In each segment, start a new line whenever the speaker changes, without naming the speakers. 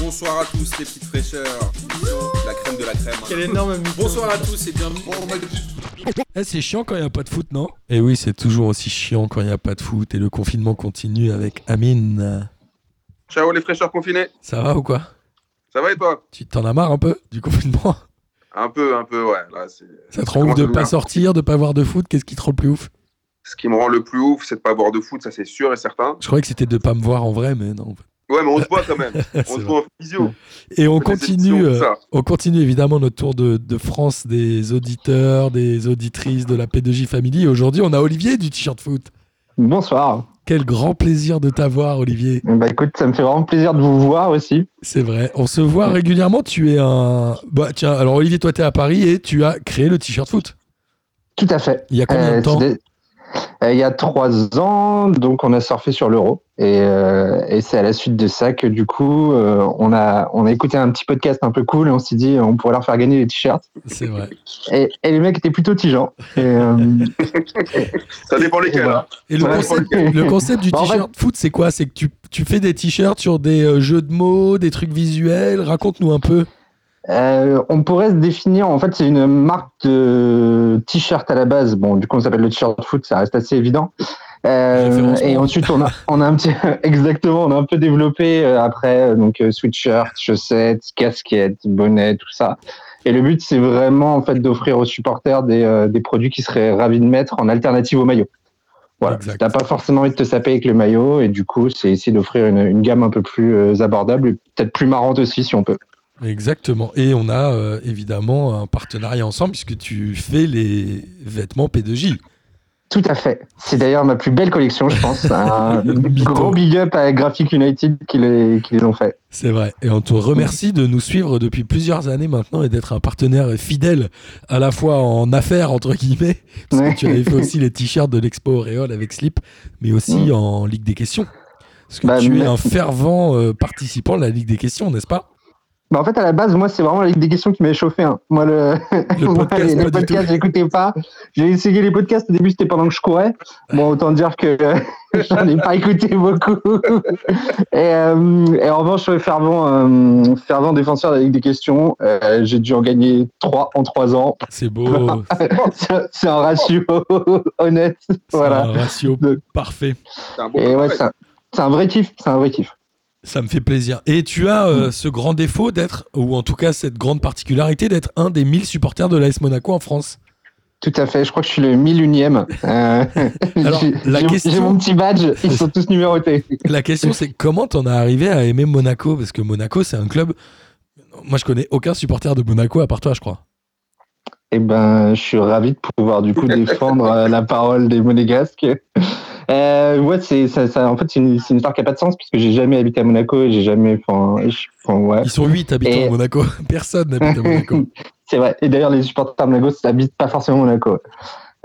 Bonsoir à tous les petites fraîcheurs. La crème de la crème. hein.
Quel énorme mytho.
Bonsoir à tous et bienvenue.
Eh, c'est chiant quand il n'y a pas de foot, non Et Eh oui, c'est toujours aussi chiant quand il n'y a pas de foot et le confinement continue avec Amine.
Ciao les fraîcheurs confinés.
Ça va ou quoi
Ça va et toi
Tu t'en as marre un peu du confinement
Un peu, un peu, ouais. Là, c'est...
Ça te rend ouf
Comment
de
ça
pas
va
sortir, de pas voir de foot Qu'est-ce qui te rend le plus ouf
Ce qui me rend le plus ouf, c'est de pas boire de foot, ça c'est sûr et certain.
Je croyais que c'était de pas me voir en vrai, mais non.
Ouais, mais on se voit quand même.
C'est
on se
vrai.
voit en physio.
Et
Des
on
émissions,
continue,
tout
euh,
ça.
on continue évidemment notre tour de, de France des auditeurs, des auditrices de la P2J Family. Aujourd'hui, on a Olivier du t-shirt foot.
Bonsoir.
Quel grand plaisir de t'avoir, Olivier.
Bah écoute, ça me fait vraiment plaisir de vous voir aussi.
C'est vrai, on se voit régulièrement. Tu es un. Bah, tiens, alors Olivier, toi, tu es à Paris et tu as créé le t-shirt foot.
Tout à fait.
Il y a combien
Euh,
de temps
c'était- Euh, Il y a trois ans, donc on a surfé sur l'euro. Et, euh, et c'est à la suite de ça que du coup, euh, on, a, on a écouté un petit podcast un peu cool et on s'est dit, euh, on pourrait leur faire gagner des t-shirts.
C'est vrai.
Et, et les mecs étaient plutôt tigeants. Et, euh,
Ça dépend
et
lesquels.
voilà.
hein.
Et le
Ouais.
concept, le concept du
Bah, en
t-shirt foot, c'est quoi C'est que tu, tu fais des t-shirts sur des euh, jeux de mots, des trucs visuels. Raconte-nous un peu.
Euh, on pourrait se définir, en fait, c'est une marque de t-shirt à la base. Bon, du coup, on s'appelle le t-shirt foot, ça reste assez évident. Euh,
Référencement.
et ensuite, on a, on a un petit, exactement, on a un peu développé euh, après, euh, donc euh, sweatshirt, chaussettes, casquettes, bonnets, tout ça. Et le but, c'est vraiment en fait d'offrir aux supporters des, euh, des produits qu'ils seraient ravis de mettre en alternative au maillot. Voilà,
Exact.
t'as pas forcément envie de te saper avec le maillot, et du coup, c'est essayer d'offrir une, une gamme un peu plus euh, abordable, et peut-être plus marrante aussi si on peut.
Exactement. Et on a euh, évidemment un partenariat ensemble puisque tu fais les vêtements P2J.
Tout à fait. C'est d'ailleurs ma plus belle collection, je pense. Un
Mytho.
gros big up à Graphic United qui les, qui les ont fait.
C'est vrai. Et on te remercie de nous suivre depuis plusieurs années maintenant et d'être un partenaire fidèle à la fois en affaires, entre guillemets, parce
Ouais.
que tu avais fait aussi les t-shirts de l'Expo Auréole avec Slip, mais aussi en Ligue des questions. Parce que
Bah,
tu es
mais-
un fervent euh, participant de la Ligue des questions, n'est-ce pas
Bah, en fait, à la base, moi, c'est vraiment la Ligue des questions qui m'a échauffé. hein. Moi, le,
Le
moi,
podcast,
les
pas du tout.
podcasts, j'écoutais pas. J'ai essayé les podcasts. Au début, c'était pendant que je courais. Bon, autant dire que j'en ai pas écouté beaucoup. Et, euh, et en revanche, fervent, euh, fervent défenseur de la Ligue des questions, euh, j'ai dû en gagner trois en trois ans.
C'est beau.
C'est- C'est un ratio honnête.
C'est
Voilà.
un ratio
Donc-
parfait.
C'est un bon
Et ouais,
travail.
c'est un, c'est un vrai kiff, c'est un vrai kiff.
Ça me fait plaisir. Et tu as euh, ce grand défaut d'être, ou en tout cas cette grande particularité d'être un des 1000 supporters de l'AS Monaco en France.
Tout à fait, je crois que je suis le 1001ème. Euh,
Alors,
j'ai-
la
j'ai-
question-
j'ai mon petit badge, ils sont tous numérotés.
La question c'est comment t'en as arrivé à aimer Monaco Parce que Monaco c'est un club... Moi je connais aucun supporter de Monaco à part toi je crois.
Eh ben, je suis ravi de pouvoir du coup défendre euh, la parole des monégasques. Euh, ouais, c'est ça, ça- en fait c'est une, c'est une histoire qui n'a pas de sens puisque j'ai jamais habité à Monaco et j'ai jamais, enfin, je- enfin, ouais,
Ils sont 8 habitants
Et-
à Monaco. Personne n'habite à Monaco.
c'est vrai. Et d'ailleurs, les supporters de Monaco, ça n'habite pas forcément Monaco.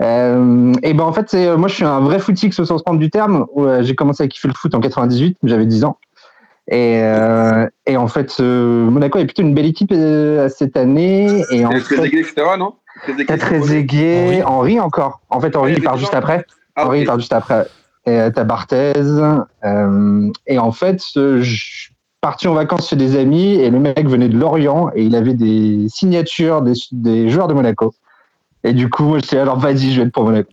Euh, et ben en fait, c'est moi je suis un vrai footix au sens propre du terme. où, euh, j'ai commencé à kiffer le foot en 98, j'avais 10 ans. Et, euh, et en fait, euh, Monaco est plutôt une belle équipe euh, cette année. Et en
Et très
fait,
aigué, etc. Non Très aigué.
t'as Trezeguet, Henri. encore. En fait, Henri
Ouais,
il part
mais
juste
non.
après.
Ah,
Henri il
ok.
part juste après. Et euh, t'as Barthez. euh, et en fait, euh, je suis parti en vacances chez des amis et le mec venait de Lorient et il avait des signatures des, des joueurs de Monaco. Et du coup, moi, j'étais là, alors vas-y, je vais être pour Monaco.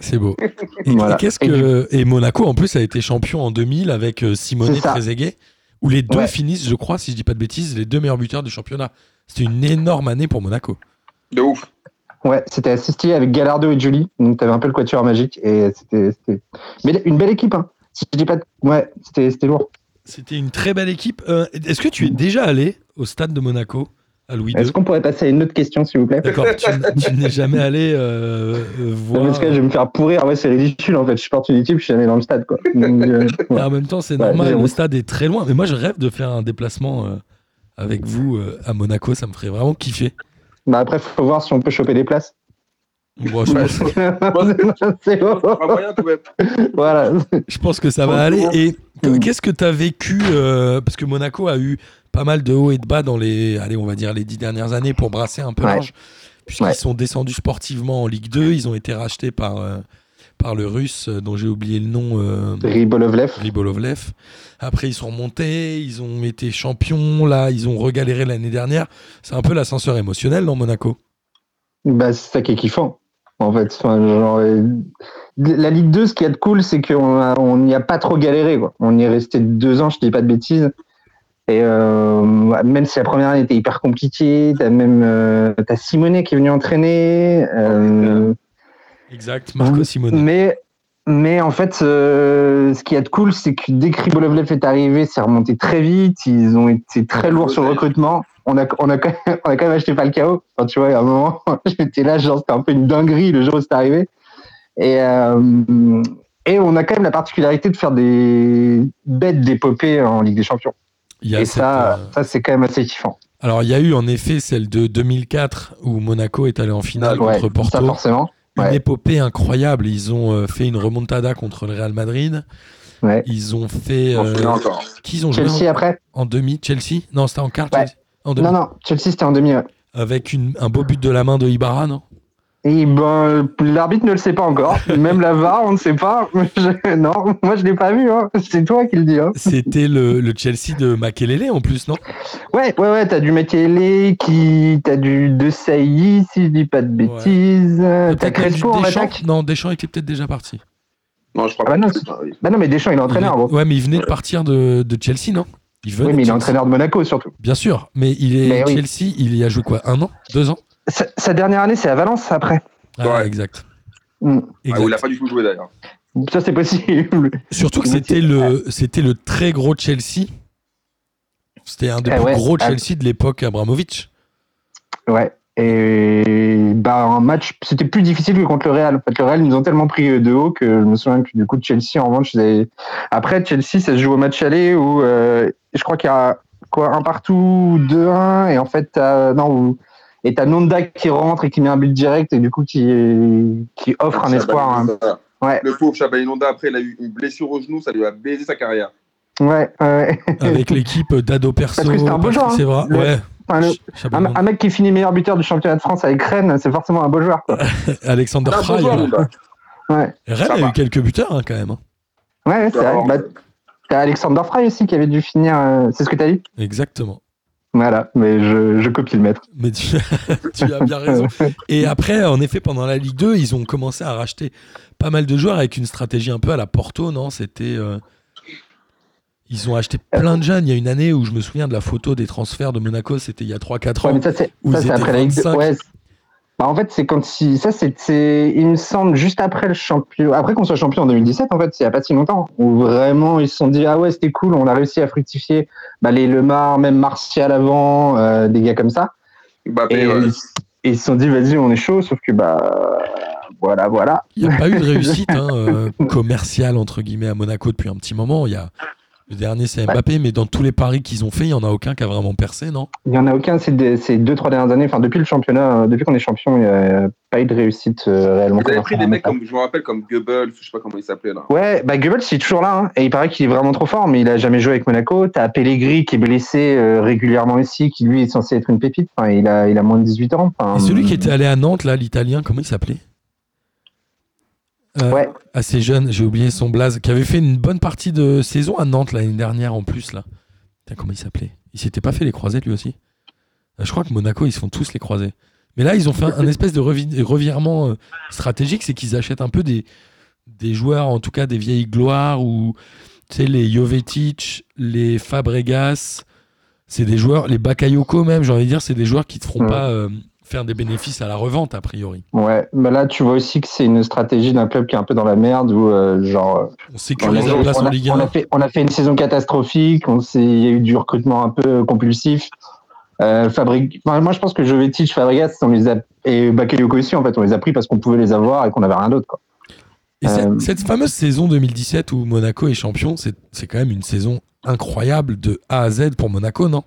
C'est beau. Et,
Voilà.
et qu'est-ce
Et
que et Monaco en plus a été champion en 2000 avec euh, Simone
C'est ça.
Trezeguet où les deux
Ouais.
finissent je crois si je dis pas de bêtises les deux meilleurs buteurs du championnat. C'était une énorme année pour Monaco.
De ouf.
Ouais, c'était assez stylé avec Gallardo et Julie. Donc t'avais un peu le quatuor magique et c'était, c'était... mais une belle équipe. Hein. Si je dis pas, de- ouais, c'était, c'était lourd.
C'était une très belle équipe. Euh, Est-ce que tu es déjà allé au stade de Monaco à Louis
Est-ce
II
qu'on pourrait passer à une autre question, s'il vous plaît
D'accord, tu, n- tu n'es jamais allé euh, euh,
Non,
voir.
Parce que je vais me faire pourrir. Ah Ouais, c'est ridicule en fait. Je suis parti une équipe, je suis allé dans le stade quoi. Donc, euh, ouais.
Ah, en même temps, c'est
Ouais,
normal,
j'ai
le
honte.
stade est très loin. Mais moi, je rêve de faire un déplacement euh, avec vous euh, à Monaco. Ça me ferait vraiment kiffer.
Bah après, faut voir si on peut choper des places.
Bon, je, pense,
C'est bon.
Ah, moyen, tout bête.
Voilà.
je pense que ça va aller. Et que- qu'est-ce que tu as vécu euh, Parce que Monaco a eu pas mal de hauts et de bas dans les, allez, on va dire les dix dernières années pour brasser un peu
Ouais.
large, puisqu'ils
Ouais.
sont descendus sportivement en Ligue 2. Ils ont été rachetés par, euh, par le russe euh, dont j'ai oublié le nom, euh,
Ribolovlev.
Ribolovlev. Après, ils sont remontés, ils ont été champions, là, ils ont regaléré l'année dernière. C'est un peu l'ascenseur émotionnel dans Monaco.
Bah, c'est ça qui est kiffant, en fait. Enfin, genre, euh, la Ligue 2, ce qu'il y a de cool, c'est qu'on a- on n'y a pas trop galéré. Quoi. On y est resté deux ans, je dis pas de bêtises. Et euh, même si la première année était hyper compliquée, t'as même euh, t'as Simonet qui est venu entraîner. euh,
Exact, Marco Simone.
mais, mais en fait, euh, ce qu'il y a de cool, c'est que dès que Ribolovlev est arrivé, c'est remonté très vite. Ils ont été très lourds sur le recrutement. On a, on a, quand, même, on a quand même acheté Falcao. Enfin, tu vois, à un moment, j'étais là, genre, c'était un peu une dinguerie le jour où c'est arrivé. Et, euh, et on a quand même la particularité de faire des bêtes d'épopées en Ligue des Champions.
Il y a
Et
cette,
ça,
euh,
ça c'est quand même assez kiffant.
Alors, il y a eu en effet celle de 2004 où Monaco est allé en finale
Ouais,
contre Porto.
ça, forcément.
Une
Ouais.
épopée incroyable. Ils ont euh, fait une remontada contre le Real Madrid.
Ouais.
Ils ont fait.
On se
Euh,
souvient encore.
qui ils ont joué
Chelsea après
en, en demi Chelsea Non, c'était en quart.
Ouais.
Chelsea En demi.
Non, non, Chelsea, c'était en demi. ouais.
Avec une- un beau but de la main de Ibarra, non
Et ben, l'arbitre ne le sait pas encore. Même la VAR, on ne sait pas. Je- non, moi je l'ai pas vu. Hein. C'est toi qui le dis. Hein.
C'était le, le Chelsea de Makelele en plus, non
Ouais, ouais, ouais. T'as du Makélélé, qui, t'as du De Sailly, si je dis pas de bêtises. T'as
Peut-être même
Crespo en
Deschamps
attaque.
Non, Deschamps était peut-être déjà parti.
Non, je crois
Ah bah
pas.
non, c'est- bah non, mais Deschamps, il est entraîneur.
Il-
gros.
Ouais, mais il venait de partir de, de Chelsea, non il venait
Oui, mais
de
il est
Chelsea.
entraîneur de Monaco surtout.
Bien sûr, mais il est
Mais oui.
Chelsea, il y a joué quoi Un an Deux ans
Sa, sa dernière année, c'est à Valence après.
Ah,
Ouais.
Exact.
Mm.
Ah,
Exact.
ou il a pas du tout joué d'ailleurs.
Ça, c'est possible.
Surtout que
Oui,
c'était
c'est-
le, c'était le très gros Chelsea. C'était un des
Eh
plus
ouais,
gros
ah.
Chelsea de l'époque Abramovich.
Ouais. Et bah, un match, c'était plus difficile que contre le Real. En fait, le Real, ils nous ont tellement pris de haut que je me souviens que du coup, Chelsea, en revanche, ils avaient- après, Chelsea, ça se joue au match aller où euh, je crois qu'il y a quoi, un partout, 2-1, et en fait, t'as- non, où- et t'as Nonda qui rentre et qui met un but direct et du coup, qui, qui offre un
Chabalé,
espoir. hein.
ça.
Ouais.
Le pauvre Chabalinonda, après, il a eu une blessure au genou, ça lui a baisé sa carrière.
Ouais, ouais.
Avec l'équipe d'Ado Perso.
Parce que c'était un beau joueur, hein.
Patrice Evra.
Le-
Ouais.
Enfin, le-
Ch- Chapeau
un,
de
un mec qui finit meilleur buteur du championnat de France avec Rennes, c'est forcément un beau joueur. Quoi.
monde. Alexander
Ah,
Fry.
bonjour,
voilà.
Nonda.
Ouais,
Rennes
Ça
a
va.
eu quelques buteurs hein, quand même. hein.
ouais, ouais, c'est vrai.
Alors,
Bah, t'as Alexander Frey aussi qui avait dû finir. euh, c'est ce que t'as dit
Exactement.
Voilà, mais je, je copie le maître.
Mais tu, tu as bien raison. Et après, en effet, pendant la Ligue 2, ils ont commencé à racheter pas mal de joueurs avec une stratégie un peu à la Porto, non C'était. euh, Ils ont acheté plein de jeunes. Il y a une année où je me souviens de la photo des transferts de Monaco, c'était il y a 3-4
Ouais,
ans.
mais ça, c'est
Ou
ça,
ils
c'est
étaient
après la Ligue 2.
25.
Ouais, c'est- bah, en fait, c'est quand si ça c'est c'est- il me semble juste après le champion après qu'on soit champion en 2017 en fait, c'est il y a pas si longtemps hein, où vraiment ils se sont dit ah ouais, c'était cool, on a réussi à fructifier bah les Lemar, même Martial avant, euh, des gars comme ça
Mbappé,
et,
ouais.
ils- et ils se sont dit vas-y, on est chaud sauf que bah voilà, voilà.
Il n'y a pas eu de réussite hein, euh, commerciale entre guillemets à Monaco depuis un petit moment. Il y a le dernier c'est Mbappé, mais dans tous les paris qu'ils ont fait, il y en a aucun qui a vraiment percé, non
Il y en a aucun ces des- ces deux trois dernières années, enfin depuis le championnat, euh, depuis qu'on est champion, il n'y a pas eu de réussite euh, réellement.
Vous avez pris des
commerciale.
mecs comme, je me rappelle, comme Goebbels, je sais pas comment il s'appelait là.
Ouais, bah Goebbels, il est toujours là. hein. Et il paraît qu'il est vraiment trop fort, mais il a jamais joué avec Monaco. T'as Pellegrini qui est blessé euh, régulièrement ici, qui lui est censé être une pépite. Enfin, il, a, il a moins de 18 ans. Enfin,
Et celui qui était allé à Nantes, là, l'italien, comment il s'appelait Euh,
Ouais.
Assez jeune, j'ai oublié son blaze, qui avait fait une bonne partie de saison à Nantes l'année dernière en plus, là. Putain, comment il s'appelait Il s'était pas fait les croisés lui aussi Euh, Je crois que Monaco, ils se font tous les croisés. Mais là, ils ont fait un un espèce de revi- revirement euh, stratégique, c'est qu'ils achètent un peu des, des joueurs, en tout cas des vieilles gloires, ou tu sais, les Jovetic, les Fabregas, c'est des joueurs, les Bakayoko même, j'ai envie de dire, c'est des joueurs qui ne te feront
Ouais.
pas euh, faire des bénéfices à la revente, a priori.
Ouais, bah là, tu vois aussi que c'est une stratégie d'un club qui est un peu dans la merde, où euh, genre. euh,
On
on
sécurise
a,
la place
on
en
a-
Ligue
on a
1.
fait, on a fait une saison catastrophique. On s'est, il y a eu du recrutement un peu compulsif. Euh, Fabri- enfin, moi, je pense que Jovetic, Fabregas, on les a et Bakayoko aussi. En fait, on les a pris parce qu'on pouvait les avoir et qu'on avait rien d'autre. quoi.
Et c'est-
Euh,
cette fameuse saison 2017 où Monaco est champion, c'est c'est quand même une saison incroyable de A à Z pour Monaco, non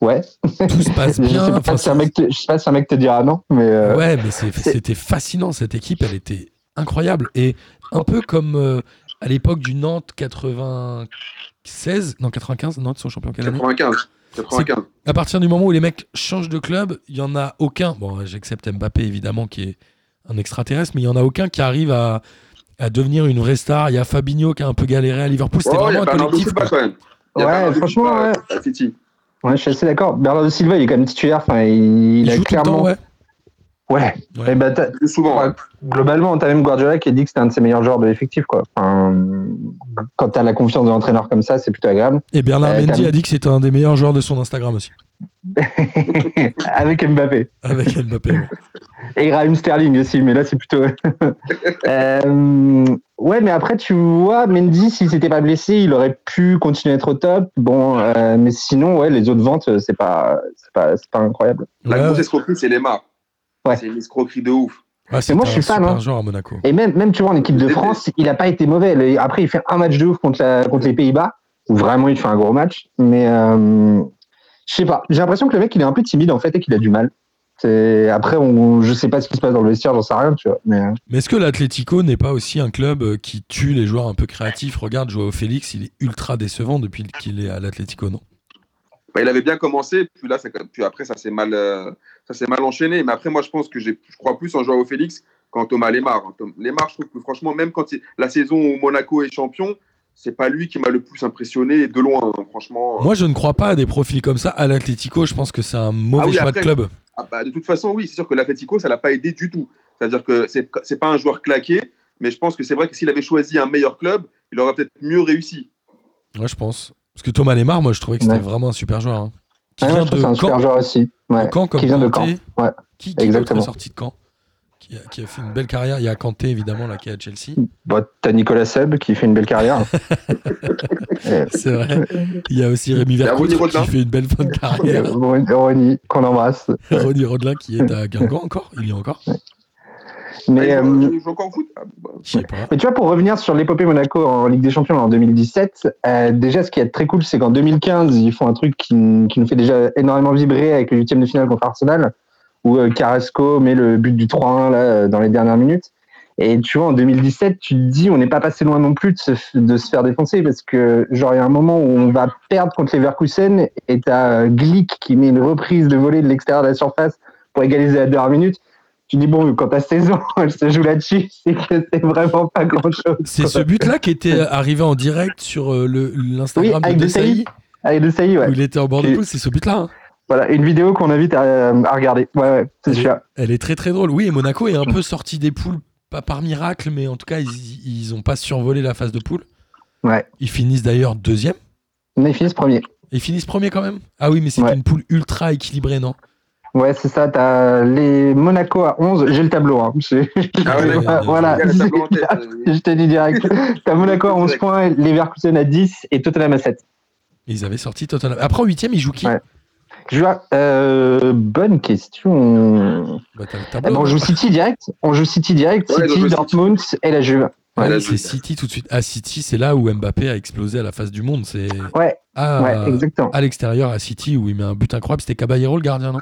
Ouais.
Tout se passe
Je
bien.
sais
enfin,
pas si un mec, te- je sais pas si un mec te dira non, mais euh,
Ouais, mais c'est-
c'est-
c'était fascinant cette équipe, elle était incroyable et un peu comme euh, à l'époque du Nantes 96, non 95, Nantes sont champions quelle année
95. 95.
À partir du moment où les mecs changent de club, il y en a aucun. Bon, j'accepte Mbappé évidemment qui est un extraterrestre, mais il n'y en a aucun qui arrive à, à devenir une vraie star. Il y a Fabinho qui a un peu galéré à Liverpool. C'était
Oh, il y
vraiment
a
un
Bernardo
collectif.
Silva
quoi.
quand même. Il y a
Ouais,
Bernardo
franchement,
Silva
ouais.
à City.
Ouais, je suis assez d'accord. Bernardo Silva, il est quand même titulaire. Enfin, il,
Il
a
joue tout le
clairement.
temps, ouais.
ouais.
Ouais.
Et bah, t'as-
Plus souvent.
hein.
Ouais,
ouais.
globalement, t'as même Guardiola qui a dit que c'était un de ses meilleurs joueurs de l'effectif, quoi. Enfin, quand t'as la confiance de l'entraîneur comme ça, c'est plutôt agréable.
Et Bernard
Euh,
Mendy
t'as-
a dit que c'était un des meilleurs joueurs de son Instagram aussi.
Avec Mbappé.
Avec Mbappé. ouais.
Et Raheem Sterling aussi, mais là, c'est plutôt. Euh, ouais, mais après, tu vois, Mendy, s'il s'était pas blessé, il aurait pu continuer à être au top. Bon, euh, mais sinon, ouais, les autres ventes, c'est pas, c'est pas, c'est pas incroyable.
La
Ouais,
grosse escroquerie, c'est Lemar.
Ouais.
C'est une escroquerie de ouf.
ouais, Ah, c'est
moi,
un
je suis fan,
super
hein.
joueur à Monaco.
Et même, même, tu vois, en équipe de France, il a pas été mauvais. Le- Après, il fait un match de ouf contre, la- contre les Pays-Bas, où vraiment il fait un gros match. Mais euh, je sais pas, j'ai l'impression que le mec, il est un peu timide en fait et qu'il a du mal. C'est- Après, on, je sais pas ce qui se passe dans le vestiaire, j'en sais rien, tu vois. Mais euh,
Mais est-ce que l'Atlético n'est pas aussi un club euh, qui tue les joueurs un peu créatifs Regarde, Joao Félix, il est ultra décevant depuis qu'il est à l'Atlético, non
Bah, il avait bien commencé, puis là, ça- puis après, ça s'est mal, euh, ça s'est mal enchaîné. Mais après, moi, je pense que j'ai- je crois plus en Joao Félix qu'en Thomas Lemar. hein. Tom- Lemar, je trouve que franchement, même quand il- la saison où Monaco est champion, c'est pas lui qui m'a le plus impressionné de loin, hein, franchement.
Moi, je ne crois pas à des profils comme ça à l'Atlético. Je pense que c'est un mauvais
Ah oui,
choix
après-
de club.
Ah bah, de toute façon, oui, c'est sûr que l'Atletico, ça l'a pas aidé du tout. C'est-à-dire que c'est c'est pas un joueur claqué, mais je pense que c'est vrai que s'il avait choisi un meilleur club, il aurait peut-être mieux réussi.
Ouais, je pense. Parce que Thomas Lemar, moi, je trouvais que c'était
Ouais. Ah
vraiment un super joueur. hein. Qui
ouais,
vient
je trouve
de
que c'est un super
Caen,
joueur aussi. Ouais.
de Caen comme
Qui vient de
Kanté.
Caen, ouais.
Qui, qui d'autre
Exactement.
est sorti de Caen qui a, qui a fait une belle carrière. Il y a Kanté, évidemment, là, qui est à Chelsea.
Bon, t'as Nicolas Seb qui fait une belle carrière. Et-
C'est vrai. Il y a aussi Rémi
y a Ronny
Vercourt
Rodelin.
qui fait une belle fin de
et
carrière.
Ron- Ronny, qu'on embrasse.
Ronny Rodelin qui est à Guingamp encore. Il y est encore.
Mais,
Ah, il
euh,
joue- il joue encore au foot Ah, bah,
Je sais pas.
Mais tu vois, pour revenir sur l'épopée Monaco en Ligue des Champions en 2017, euh, déjà, ce qui est très cool, c'est qu'en 2015, ils font un truc qui, qui nous fait déjà énormément vibrer avec le huitième de finale contre Arsenal, où euh, Carrasco met le but du 3-1 là, euh, dans les dernières minutes. Et tu vois, en 2017, tu te dis, on n'est pas passé loin non plus de se, f- de se faire défoncer, parce que genre, il y a un moment où on va perdre contre Leverkusen, et t'as euh, Glick qui met une reprise de volée de l'extérieur de la surface pour égaliser à la dernière minute. Tu dis, bon, quand ta saison, elle se joue là-dessus, c'est que c'est vraiment pas grand-chose.
C'est ce but-là qui était arrivé en direct sur euh, le- l'Instagram de
Oui, avec
Desailly,
Allez, de ça y est, ouais.
où il était en bord de
Qui-
poule. C'est ce but-là. hein.
Voilà, une vidéo qu'on invite à, à regarder. Ouais, ouais, c'est
Allez.
celui-là.
Elle est très très drôle. Oui, et Monaco est un peu sorti des poules, pas par miracle, mais en tout cas, ils, ils ont pas survolé la phase de poule.
Ouais.
Ils finissent d'ailleurs deuxième.
Mais ils finissent premier.
Ils finissent premier quand même. Ah oui, mais c'est
Ouais.
une poule ultra équilibrée, non
Ouais, c'est ça, t'as les Monaco à 11. J'ai le tableau, hein. J'ai-
Ah ouais,
voilà,
d'accord.
voilà.
il y a le tableau en tête. euh,
Je te dis direct. T'as Monaco à 11 points, Leverkusen à 10 et Tottenham à 7.
Mais Ils avaient sorti Tottenham. Après en huitième, ils jouent qui
Ouais. Je vois, euh, bonne question.
Bah, t'as le
Eh
tableau,
ben, on
non
joue City direct. On joue City direct.
Ouais, on
City,
joue City.
Dortmund et la Juve.
Ah
Ouais,
oui,
la
c'est
Juve.
City tout de suite. Ah City, c'est là où Mbappé a explosé à la face du monde. C'est
Ouais,
à,
ouais, exactement.
à l'extérieur à City où il met un but incroyable. C'était Caballero le gardien, non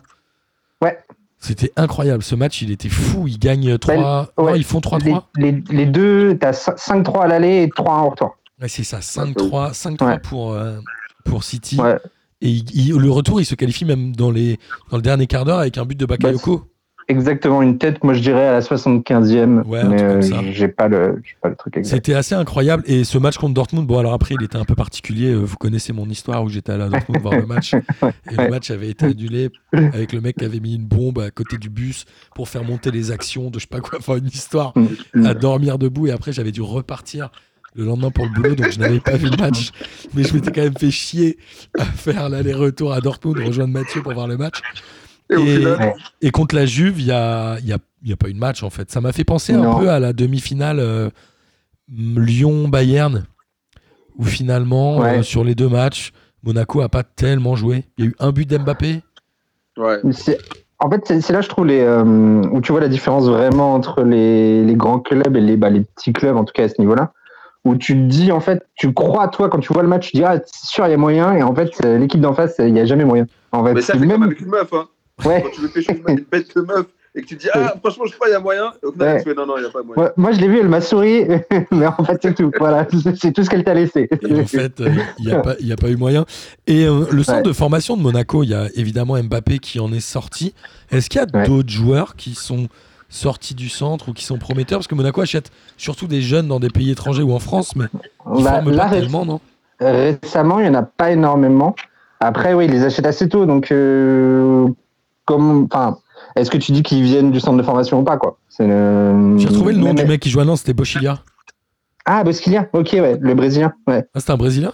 Ouais.
C'était incroyable. Ce match, il était fou. Ils gagnent 3.
Ben, ouais.
Non, ils font 3-3.
Les, les- les deux, t'as 5-3 à l'aller et 3-1 au retour.
Ouais, c'est ça, 5-3, 5-3
Ouais.
pour, euh, pour City.
Ouais.
Et il- il- le retour, il se qualifie même dans, les, dans le dernier quart d'heure avec un but de Bakayoko.
Exactement une tête, moi je dirais à la 75e,
Ouais, un
mais
truc comme
euh,
ça.
j'ai pas le j'ai pas le truc exact.
C'était assez incroyable. Et ce match contre Dortmund, bon, alors après, il était un peu particulier. Euh, Vous connaissez mon histoire où j'étais allé à Dortmund voir le match. Et le
Ouais.
match avait été annulé avec le mec qui avait mis une bombe à côté du bus pour faire monter les actions de je sais pas quoi. Enfin, une histoire
Mm.
à dormir debout. Et après, j'avais dû repartir le lendemain pour le boulot, donc je n'avais pas vu le match. Mais je m'étais quand même fait chier à faire l'aller-retour à Dortmund, rejoindre Mathieu pour voir le match.
Et au final,
Et contre la Juve, il n'y a, il y a- il y a pas eu de match en fait. Ça m'a fait penser un
Non.
peu à la demi-finale euh, Lyon-Bayern, où finalement,
Ouais.
euh, sur les deux matchs, Monaco a pas tellement joué. Il y a eu un but d'Mbappé.
ouais.
Mais c'est- En fait, c'est c'est là je trouve les euh, où tu vois la différence vraiment entre les, les grands clubs et les bah, les petits clubs en tout cas à ce niveau-là, où tu te dis en fait, tu crois à toi quand tu vois le match, tu dis ah c'est sûr il y a moyen et en fait euh, l'équipe d'en face euh, il y a jamais moyen. En fait,
Mais ça,
C'est
c'est
même-
comme avec une meuf. Hein.
ouais.
Quand tu veux pécho une une bête de meuf et que tu dis Ah, franchement, je sais pas, il y a moyen. Et au final,
Ouais.
tu fais Non, non, il n'y a pas moyen.
Ouais, moi je l'ai vu, elle m'a souri, mais en fait c'est tout. Voilà, c'est tout ce qu'elle t'a laissé.
Et en fait, euh, il n'y a, pas- il y a pas eu moyen. Et euh, le centre
Ouais.
de formation de Monaco, il y a évidemment Mbappé qui en est sorti. Est-ce qu'il y a
Ouais.
d'autres joueurs qui sont sortis du centre ou qui sont prometteurs Parce que Monaco achète surtout des jeunes dans des pays étrangers ou en France, mais ils
Bah,
forment
là,
pas tellement, non
Récemment, il n'y en a pas énormément. Après, oui, ils les achètent assez tôt. Donc, euh, comme, enfin, est-ce que tu dis qu'ils viennent du centre de formation ou pas, quoi C'est le-
J'ai retrouvé le nom
Mais-
du
mais-
mec qui joue à Lens, c'était Bochilia.
Ah, Bosquilia. Ok, ouais, le Brésilien. Ouais,
Ah, c'était un Brésilien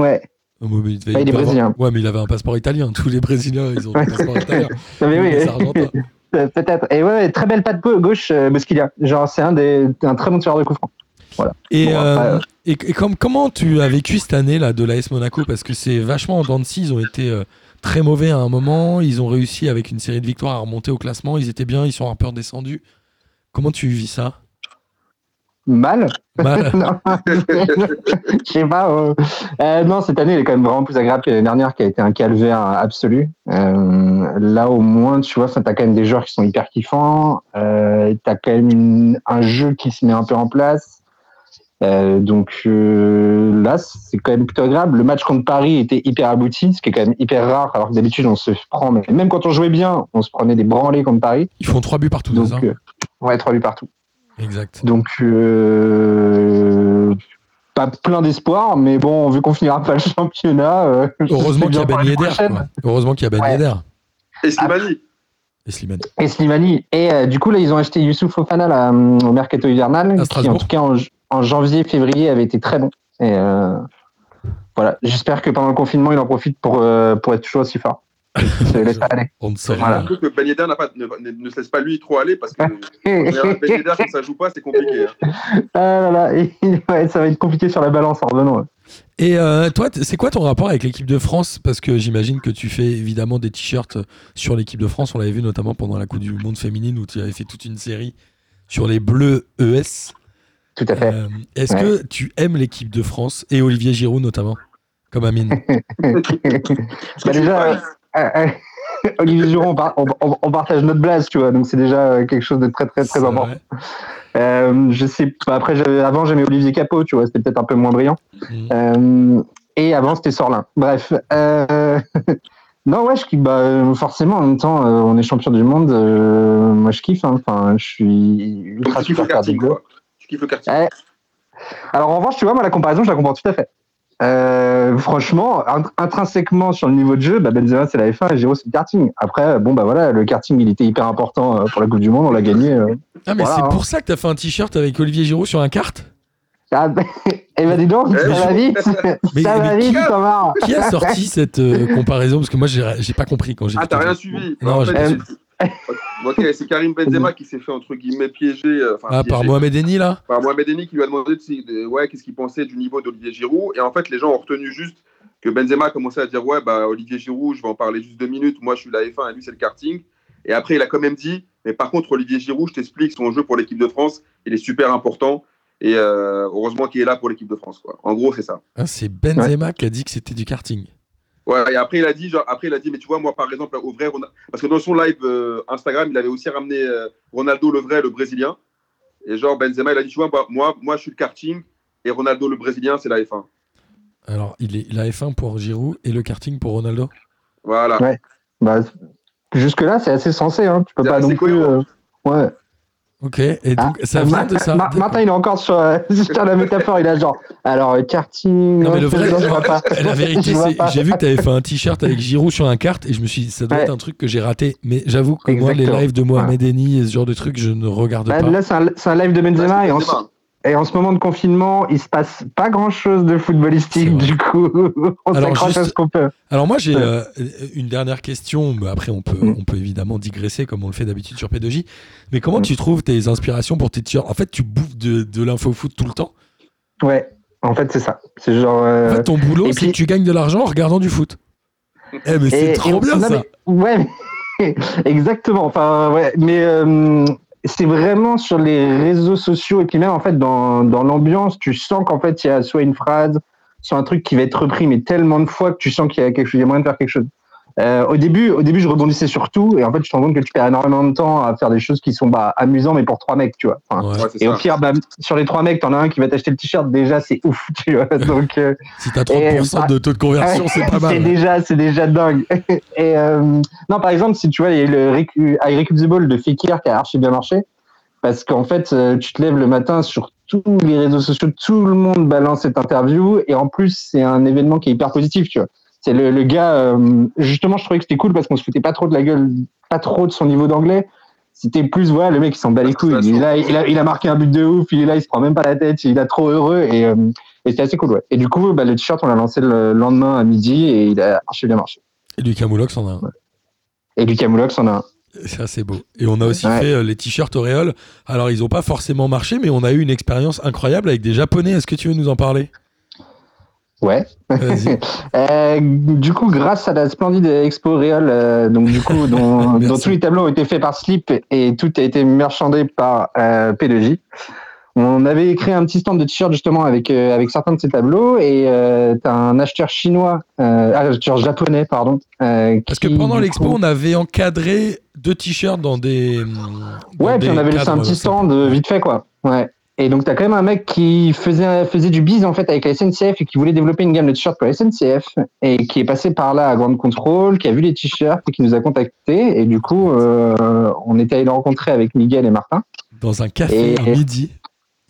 ouais.
Oh, mais devait-
Ouais, il est
devait avoir-
brésilien.
Ouais, mais il avait un passeport italien. Tous les Brésiliens, ils ont un
Ouais.
passeport italien.
Non, mais oui,
Les Argentins.
euh, peut-être. Et ouais, ouais, très belle patte gau- gauche, euh, Bosquilia. Genre, c'est un des, un très bon tireur de coup franc.
Et,
Bon,
euh,
après, euh,
et, et comme, comment tu as vécu cette année là de l'AS Monaco Parce que c'est vachement en dents de scie, ils ont été euh, très mauvais à un moment, ils ont réussi avec une série de victoires à remonter au classement, ils étaient bien, ils sont un peu redescendus. Comment tu vis ça Bah,
Mal.
Mal.
Non. Je sais pas. euh, euh, non, cette année, elle est quand même vraiment plus agréable que l'année dernière, qui a été un calvaire absolu. Euh, là, au moins, tu vois, enfin, t'as quand même des joueurs qui sont hyper kiffants. Euh, t'as quand même une- un jeu qui se met un peu en place. Euh, donc euh, là, c'est quand même plutôt agréable. Le match contre Paris était hyper abouti, ce qui est quand même hyper rare, alors que d'habitude, on se prend, mais même quand on jouait bien, on se prenait des branlés contre Paris.
Ils font trois buts partout, c'est ça
Donc, euh, ouais, trois buts partout.
Exact.
Donc, euh, pas plein d'espoir, mais bon, vu qu'on finira pas le championnat. euh,
Heureusement
c'est
qu'il y a
bien pour
Ben
l'année
Yedder.
prochaine.
quoi. Heureusement qu'il y a Ben
Ouais.
Yedder
Et Slimani,
et Slimane.
Et Slimani. Et euh, du coup, là, ils ont acheté Youssouf Fofana là, hum, au mercato hivernal,
À
qui en
Strasbourg.
tout cas en, en janvier, février avait été très bon. Et euh, voilà, j'espère que pendant le confinement, il en profite pour, euh, pour être toujours aussi fort. Je le laisse pas aller.
On ne saurait
Voilà.
je trouve que Ben Yedder n'a pas- ne, ne- ne se laisse pas lui trop aller parce que en général, Ben Yedder, quand ça joue pas, c'est compliqué. hein.
ah là là, ouais, ça va être compliqué sur la balance hein, en revenant.
Et euh, toi, t- c'est quoi ton rapport avec l'équipe de France Parce que j'imagine que tu fais évidemment des t-shirts sur l'équipe de France. On l'avait vu notamment pendant la Coupe du Monde féminine où tu avais fait toute une série sur les Bleus ES.
Tout à fait.
Euh, Est-ce que tu aimes l'équipe de France et Olivier Giroud notamment comme Amine.
Bah, déjà,
Ouais.
euh, euh, euh, Olivier Giroud, on, par- on- on- on partage notre blase, tu vois, donc c'est déjà euh, quelque chose de très très
C'est
très important.
vrai.
Euh, je sais, pas, après, j'avais- avant j'aimais Olivier Capot, tu vois, c'était peut-être un peu moins brillant.
Mhm.
Euh, et avant c'était Sorlin. Bref, euh, non ouais, je kiffe. Bah, euh, forcément, en même temps, euh, on est champion du monde. euh, moi, je kiffe. hein. Enfin, je suis
Donc,
ultra
tu kiffes le
supporter des
karting,
Bleus.
quoi. Tu kiffes le karting.
Ouais. Alors en revanche, tu vois, moi la comparaison, je la comprends tout à fait. Euh, franchement, int- intrinsèquement sur le niveau de jeu, bah Benzema c'est la F1 et Giro c'est le karting. Après, bon bah voilà, le karting il était hyper important euh, pour la Coupe du Monde, on l'a gagné. euh.
Ah mais
Voilà,
c'est
hein.
pour ça que t'as fait un t-shirt avec Olivier Giroud sur un kart
Ah, bah, eh ben dis donc,
Eh,
ça va
Giro.
vite,
Mais-
ça va
mais
vite,
qui a-
ça va.
Qui a sorti cette euh, comparaison Parce que moi j'ai j'ai pas compris quand j'ai.
Ah,
vu
t'as
ton
rien
truc.
suivi.
Non,
En fait,
j'ai pas
Euh,
suivi.
Ok, c'est Karim Benzema qui s'est fait entre guillemets piéger, euh, enfin,
Ah, par
piéger
Mohamed Eni là
par Mohamed Eni qui lui a demandé de si- de- ouais, qu'est-ce qu'il pensait du niveau d'Olivier Giroud. Et en fait, les gens ont retenu juste que Benzema a commencé à dire Ouais, bah, Olivier Giroud, je vais en parler juste deux minutes. Moi, je suis la F1 et lui, c'est le karting. Et après, il a quand même dit Mais par contre, Olivier Giroud, je t'explique, son jeu pour l'équipe de France, il est super important. Et euh, heureusement qu'il est là pour l'équipe de France. Quoi. En gros, c'est ça.
Ah, C'est Benzema qui a dit que c'était du karting.
Ouais, et après il a dit, genre, après il a dit, mais tu vois, moi par exemple, au vrai, Ronal- parce que dans son live euh, Instagram, il avait aussi ramené euh, Ronaldo le vrai, le brésilien. Et genre Benzema, il a dit, tu vois, bah, moi, moi je suis le karting et Ronaldo le brésilien, c'est la F1.
Alors, il est la F1 pour Giroud et le karting pour Ronaldo.
Voilà.
Ouais. Bah, jusque là, c'est assez sensé. Hein. Tu peux
C'est
pas
assez
non plus.
cohérent.
euh, ouais.
Ok, et
Ah,
donc ça
Ma-
vient de ça.
Ma- Martin, il est encore sur, euh, sur la métaphore. Il a genre, alors, euh, karting.
Non, mais le vrai-
je vois pas.
La vérité,
Je vois
c'est
pas.
j'ai vu que tu avais fait un t-shirt avec Giroud sur un kart et je me suis dit, ça doit
Ouais.
être un truc que j'ai raté. Mais j'avoue que moi, les
Exactement.
lives de Mohamed Eni et ce genre de truc, je ne regarde
Bah, Là,
pas.
là, c'est un, c'est un live de Benzema. et, en,
Benzema.
et en ce moment de confinement, il se passe pas grand chose de
C'est
footballistique.
vrai.
Du coup, on
Alors,
s'accroche à
juste-
ce qu'on peut.
Alors moi j'ai
Ouais.
euh, une dernière question, mais après on peut,
Mm.
on peut évidemment digresser comme on le fait d'habitude sur P2J, mais
Mm.
comment tu trouves tes inspirations pour tes t-shirts En fait tu bouffes de, de l'info-foot tout le temps.
Ouais, en fait, c'est ça. C'est genre. euh,
En fait ton boulot
et
c'est
puis-
que tu gagnes de l'argent en regardant du foot. Eh mais c'est
Et-
trop
et-
bien ça
non, mais- ouais, mais- exactement. Enfin, ouais, mais euh, c'est vraiment sur les réseaux sociaux et puis même en fait dans, dans l'ambiance, tu sens qu'en fait il y a soit une phrase, soit un truc qui va être repris mais tellement de fois que tu sens qu'il y a quelque chose, il y a moyen de faire quelque chose. Euh, au début, au début, je rebondissais sur tout, et en fait, je te rends compte que tu perds énormément de temps à faire des choses qui sont bah, amusants, mais pour trois mecs, tu vois. Enfin,
Ouais.
Ouais, c'est
et
ça.
au pire, bah, sur les trois mecs, t'en as un qui va t'acheter le t-shirt, déjà, c'est ouf, tu vois. Donc, euh,
Si t'as 30% de taux de conversion, c'est pas
bah, c'est
mal.
déjà, c'est déjà dingue. Et euh, non, par exemple, si tu vois, il y a eu le récu- I Recoup the Ball de Fekir qui a archi bien marché, parce qu'en fait, euh, tu te lèves le matin sur tous les réseaux sociaux, tout le monde balance cette interview, et en plus, c'est un événement qui est hyper positif, tu vois. C'est le, le gars, euh, justement, je trouvais que c'était cool parce qu'on se foutait pas trop de la gueule, pas trop de son niveau d'anglais. C'était plus, voilà, le mec, il s'en bat les couilles. Il, est là, il, a, il a marqué un but de ouf, il est là, il se prend même pas la tête, il est là trop heureux, et, euh, et c'était assez cool, ouais. Et du coup, bah, le t-shirt, on l'a lancé le lendemain à midi et il a archi bien marché.
Et du Camoulox, on a un.
Et du Camoulox, on a un.
Ça, c'est beau. Et on a aussi
Ouais.
fait euh, les t-shirts Auréole. Alors, ils n'ont pas forcément marché, mais on a eu une expérience incroyable avec des Japonais. Est-ce que tu veux nous en parler
Ouais.
Vas-y.
Euh, du coup, grâce à la splendide expo Réol, euh, donc du coup, dont, dont
Merci.
tous les tableaux ont été faits par Slip et tout a été marchandé par euh, P2J. On avait créé un petit stand de t-shirts justement avec euh, avec certains de ces tableaux et euh, t'as un acheteur chinois, euh, ah, acheteur japonais pardon. euh,
Parce que
qui,
pendant
du
l'expo,
coup-
on avait encadré deux t-shirts dans des. hum, dans
Ouais, puis
des
on avait laissé un
cadres,
petit
euh,
stand euh, vite fait, quoi. Ouais. Et donc, t'as quand même un mec qui faisait, faisait du bise, en fait, avec la SNCF et qui voulait développer une gamme de t-shirts pour la SNCF et qui est passé par là à Grande Contrôle, qui a vu les t-shirts et qui nous a contactés. Et du coup, euh, on était allé le rencontrer avec Miguel et Martin.
Dans un café
Et-
à midi.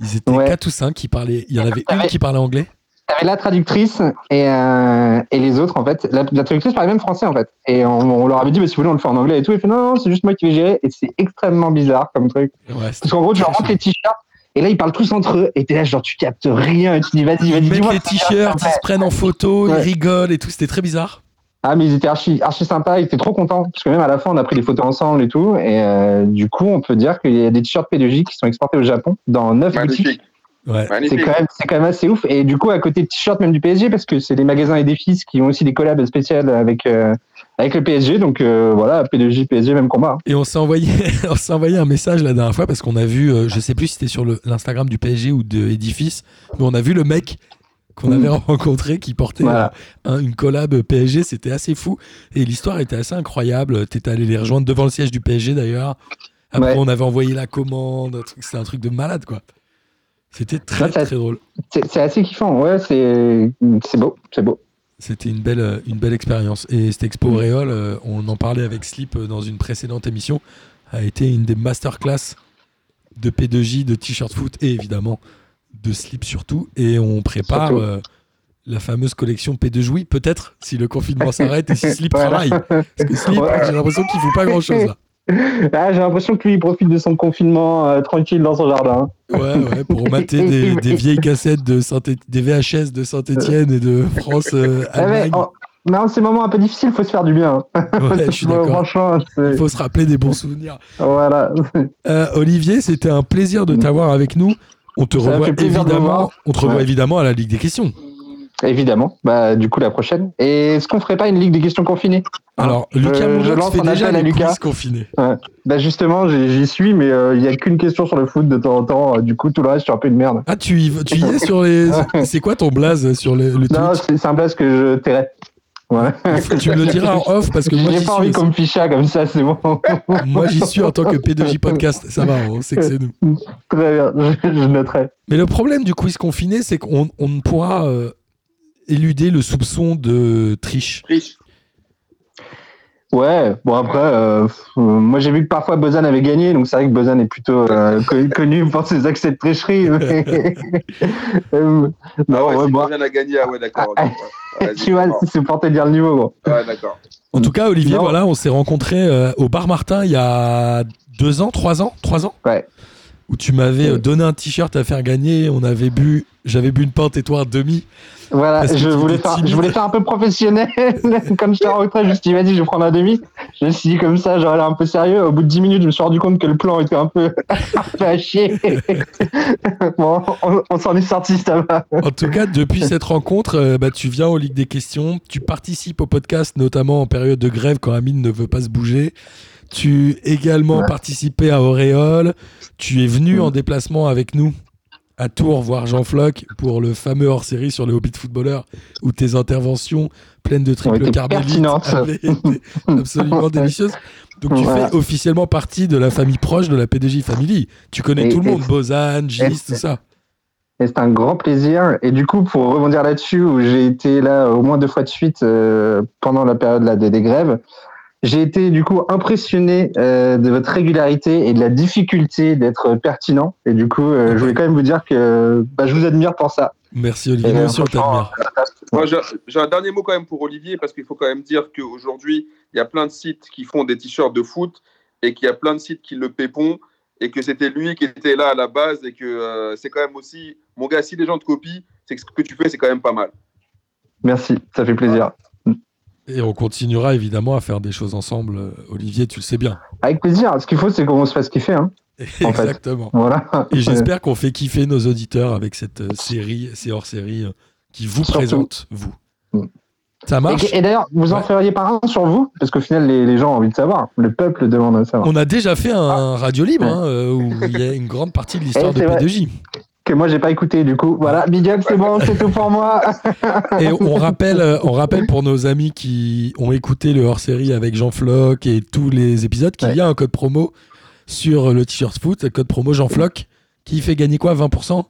Ils étaient
Ouais.
quatre ou cinq qui parlaient. Il y en avait une qui parlait anglais.
T'avais la traductrice et, euh, et les autres, en fait. La, la traductrice parlait même français, en fait. Et on, on leur avait dit, bah, si vous voulez, on le fait en anglais et tout. Et fait, non, non, c'est juste moi qui vais gérer. Et c'est extrêmement bizarre comme truc.
Ouais, c'était-
Parce qu'en gros, tu leur montres les t-shirts, et là, ils parlent tous entre eux, et t'es là, genre, tu captes rien, et tu dis, vas-y, vas-y,
ils mettent
dis-moi.
les
ce que tu
t-shirts, ils se prennent en photo,
Ouais.
ils rigolent et tout. C'était très bizarre.
Ah, mais ils étaient archi, archi sympas, ils étaient trop contents, parce que même à la fin, on a pris des photos ensemble et tout, et euh, du coup, on peut dire qu'il y a des t-shirts P2J qui sont exportés au Japon, dans 9 boutiques.
Magnifique.
Ouais.
C'est
Magnifique.
quand, même, c'est quand même assez ouf. Et du coup, à côté de t-shirts même du PSG, parce que c'est des magasins et des fils qui ont aussi des collabs spéciales avec, euh, avec le PSG. Donc euh, voilà, P2J, PSG, même combat. hein.
Et on s'est envoyé, on s'est envoyé un message la dernière fois parce qu'on a vu, euh, je sais plus si c'était sur le- l'Instagram du PSG ou de Edifice, mais on a vu le mec qu'on avait
Mm.
rencontré qui portait
Voilà.
euh, un- une collab PSG. C'était assez fou et l'histoire était assez incroyable. T'étais allé les rejoindre devant le siège du PSG d'ailleurs. Après,
Ouais.
on avait envoyé la commande. un truc- C'était un truc de malade quoi. C'était très
Ouais, ça-
très drôle.
C'est, c'est assez kiffant, ouais, c'est, c'est beau, c'est beau.
C'était une belle, euh, une belle expérience. Et cette expo
Mm.
Réol, euh, on en parlait avec Slip euh, dans une précédente émission, a été une des masterclass de P2J, de T-shirt foot et évidemment de Slip surtout. Et on prépare
Surtout.
euh, la fameuse collection P2Jouy, peut-être, si le confinement s'arrête et si Slip
Voilà.
travaille. Parce que Slip,
Ouais.
j'ai l'impression qu'il ne fout pas grand-chose là.
Ah, j'ai l'impression que lui, il profite de son confinement euh, tranquille dans son jardin.
Ouais, ouais, pour mater des, des vieilles cassettes de Saint des VHS de Saint-Etienne et de France. euh,
Ah ouais,
Allemagne.
en- mais en ces moments un peu difficiles, faut se faire du bien.
Ouais, je suis
Moi,
d'accord.
Franchement, hein, c'est-
Il faut se rappeler des bons souvenirs.
voilà.
Euh, Olivier, c'était un plaisir de t'avoir avec nous. On te
Ça m'a
revoit
fait plaisir de vous
évidemment.
voir.
On te revoit
Ouais.
évidemment à la Ligue des questions.
Évidemment. Bah, du coup, la prochaine. Et est-ce qu'on ferait pas une ligue des questions confinées
Alors,
Je-
Lucas
Ah. Euh, je
Moulox
lance
fait
un
déjà
appel à
les
Lucas.
quiz confinés.
Bah, justement, j'y j'y suis, mais euh, il y a qu'une question sur le foot de temps en temps. euh, Du coup, tout le reste, c'est un peu une merde.
Ah, tu y, vas- tu y es sur les. C'est quoi ton blaze sur le, le
Non,
Twitch
c'est c'est un place que je tairai. Voilà.
Tu me le diras en off parce que moi
J'ai
j'y
pas
suis.
envie
aussi.
qu'on me ficha comme ça, c'est bon.
Moi j'y suis en tant que P2J podcast. Ça va, on sait que c'est nous.
Très bien, je, je noterai.
Mais le problème du quiz confiné, c'est qu'on on ne pourra euh, éluder le soupçon de triche.
Riche.
Ah Ouais, bon après, euh, pff, euh, moi j'ai vu que parfois Bozan avait gagné, donc c'est vrai que Bozan est plutôt euh, co- connu pour ses accès de tricherie. mais- Euh, non,
Ah ouais,
ouais,
si
bon,
Bozan a gagné, ah ouais, d'accord. ok,
Ah,
ouais. Ah, vas-y,
tu vois,
d'accord.
c'est pour te dire le niveau, gros.
Ouais, d'accord.
En tout cas, Olivier,
Non.
voilà, on s'est rencontrés euh, au bar Martin il y a deux ans, trois ans, trois ans.
Ouais.
Où tu m'avais
Ouais.
euh, donné un t-shirt à faire gagner. On avait bu, j'avais bu une pinte et toi un demi.
Voilà,
Parce que
je
tu
voulais,
étais
faire,
timide.
je voulais faire un peu professionnel. comme je t'ai rencontré, je me suis dit, vas-y, je vais prendre un demi. Je me suis dit, comme ça, j'aurais l'air un peu sérieux. Au bout de 10 minutes, je me suis rendu compte que le plan était un peu, un peu à chier. bon, on, on s'en est sorti, ça va.
En tout cas, depuis cette rencontre, euh, bah, tu viens aux Ligue des questions, tu participes au podcast, notamment en période de grève quand Amine ne veut pas se bouger. Tu également
Ouais.
participé à Auréole. Tu es venu
Mm.
en déplacement avec nous à Tours voir Jean Floch pour le fameux hors-série sur les hobbies de footballeurs où tes interventions pleines de
Ont
triple
été
carbonite
pertinentes.
avaient été absolument délicieuses. Donc tu
Voilà.
fais officiellement partie de la famille proche de la PDJ Family. Tu connais
Et-
tout le
et-
monde, Bozan, Gis,
et-
tout ça.
Et c'est un grand plaisir. Et du coup, pour rebondir là-dessus, où j'ai été là au moins deux fois de suite euh, pendant la période là, des, des grèves, j'ai été du coup impressionné euh, de votre régularité et de la difficulté d'être pertinent. Et du coup, euh, je voulais quand même vous dire que bah, je vous admire pour ça.
Merci Olivier,
Et
bien
euh,
sûr, on t'admire.
Moi, j'ai- j'ai un dernier mot quand même pour Olivier, parce qu'il faut quand même dire qu'aujourd'hui, il y a plein de sites qui font des t-shirts de foot et qu'il y a plein de sites qui le pépont et que c'était lui qui était là à la base et que euh, c'est quand même aussi. Mon gars, si les gens te copient, c'est que ce que tu fais, c'est quand même pas mal.
Merci, ça fait plaisir.
Et on continuera évidemment à faire des choses ensemble, euh, Olivier, tu le sais bien.
Avec plaisir. Ce qu'il faut, c'est qu'on se fasse kiffer. Hein. En fait.
Exactement.
Voilà.
Et j'espère qu'on fait kiffer nos auditeurs avec cette euh, série, ces hors-séries euh, qui vous
Surtout.
présentent, vous.
Mm.
Ça marche
Et, et d'ailleurs, vous en
Ouais.
feriez par un sur vous Parce qu'au final, les, les gens ont envie de savoir. Le peuple demande à savoir.
On a déjà fait un radio libre hein, euh, où il y a une grande partie de l'histoire
Eh,
de
Ah. c'est vrai.
P2J.
Que moi, j'ai pas écouté, du coup. Voilà, big up, c'est bon, c'est tout pour moi.
Et on rappelle, euh, on rappelle pour nos amis qui ont écouté le hors-série avec Jean Floch et tous les épisodes qu'il y a un code promo sur le t-shirt foot, le code promo Jean Floch, qui fait gagner quoi 20%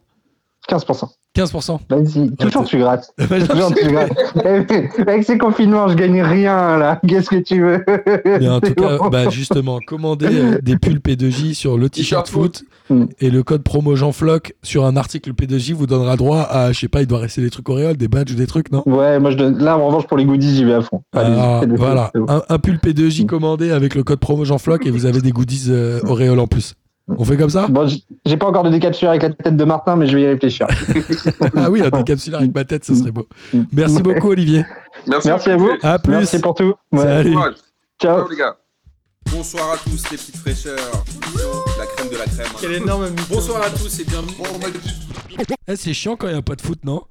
15%.
15%
Vas-y, toujours
t'es-
tu grattes. Toujours tu grattes. Eh, Avec ces confinements, je gagne rien, là. Qu'est-ce que tu veux
Mais en
C'est
tout cas,
bon.
bah, justement, commandez euh, des pulls P2J sur le t-shirt
T-shirt
foot
Mm.
et le code promo Jean Floch sur un article P2J vous donnera droit à, je sais pas, il doit rester des trucs auréoles, des badges ou des trucs, non
Ouais, moi, je donne... là, en revanche, pour les goodies, j'y vais à fond.
bah-
Allez,
Ah,
fais le-
voilà,
c'est bon.
un, un pull P2J commandé avec le code promo Jean Floch et vous avez des goodies euh, auréoles en plus. On fait comme ça
Bon, j- j'ai pas encore de décapsuleur avec la tête de Martin, mais je vais y réfléchir.
Ah oui, un décapsulaire avec ma tête, ce serait beau. Merci
Ouais.
beaucoup, Olivier.
Merci,
Merci à vous.
À plus.
Merci pour tout. Ouais.
Salut.
Courage.
Ciao.
Ciao, les gars.
Bonsoir à tous les petites fraîcheurs. La crème de la crème.
Quel énorme mytho.
Bonsoir à tous et bienvenue.
Eh, c'est chiant quand il n'y a pas de foot, non